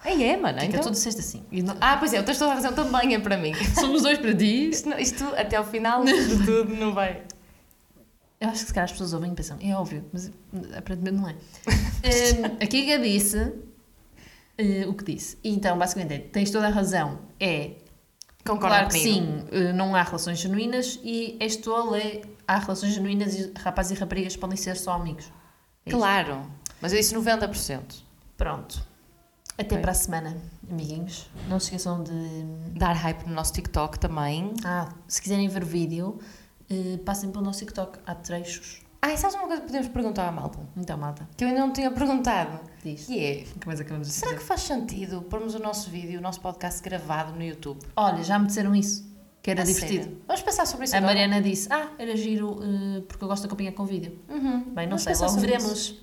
Speaker 2: Aí é, mano.
Speaker 1: Kika,
Speaker 2: Então...
Speaker 1: tu disseste assim. Ah, E não-
Speaker 2: Ah, pois é, eu tens toda a razão também é para mim.
Speaker 1: Somos dois para ti.
Speaker 2: Isto, não- isto até ao final de tudo não vai.
Speaker 1: Eu acho que se calhar as pessoas ouvem e pensam, é óbvio, mas aparentemente não é. Hum, a Kika disse eh, o que disse. E Então, basicamente, é, tens toda a razão. É,
Speaker 2: Concordam
Speaker 1: claro que
Speaker 2: comigo.
Speaker 1: sim, eh, não há relações genuínas e este tolo é, há relações genuínas e rapazes e raparigas podem ser só amigos. É isto.
Speaker 2: Claro. Mas eu disse 90%.
Speaker 1: Pronto. Até
Speaker 2: Ok.
Speaker 1: para a semana, amiguinhos. Não se esqueçam de...
Speaker 2: Dar hype no nosso TikTok também.
Speaker 1: Ah, se quiserem ver vídeo, eh, passem pelo nosso TikTok. Há trechos.
Speaker 2: Ah, e sabes uma coisa que podemos perguntar à malta?
Speaker 1: Então, malta,
Speaker 2: Que eu ainda não tinha perguntado.
Speaker 1: diz.
Speaker 2: Que é,
Speaker 1: Mas acabamos de
Speaker 2: será que faz sentido pormos o nosso vídeo, o nosso podcast gravado no YouTube?
Speaker 1: Olha, já me disseram isso, que era
Speaker 2: A
Speaker 1: divertido.
Speaker 2: sério? Vamos pensar sobre isso
Speaker 1: A
Speaker 2: agora.
Speaker 1: Mariana disse, ah, era giro eh, porque eu gosto de acompanhar com vídeo.
Speaker 2: Uhum.
Speaker 1: Bem, não
Speaker 2: Vamos
Speaker 1: sei,
Speaker 2: pensar
Speaker 1: logo
Speaker 2: sobre
Speaker 1: veremos.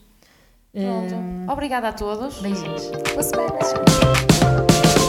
Speaker 1: Eh,
Speaker 2: Pronto.
Speaker 1: Hum,
Speaker 2: Obrigada a todos.
Speaker 1: beijinhos.
Speaker 2: Boa semana.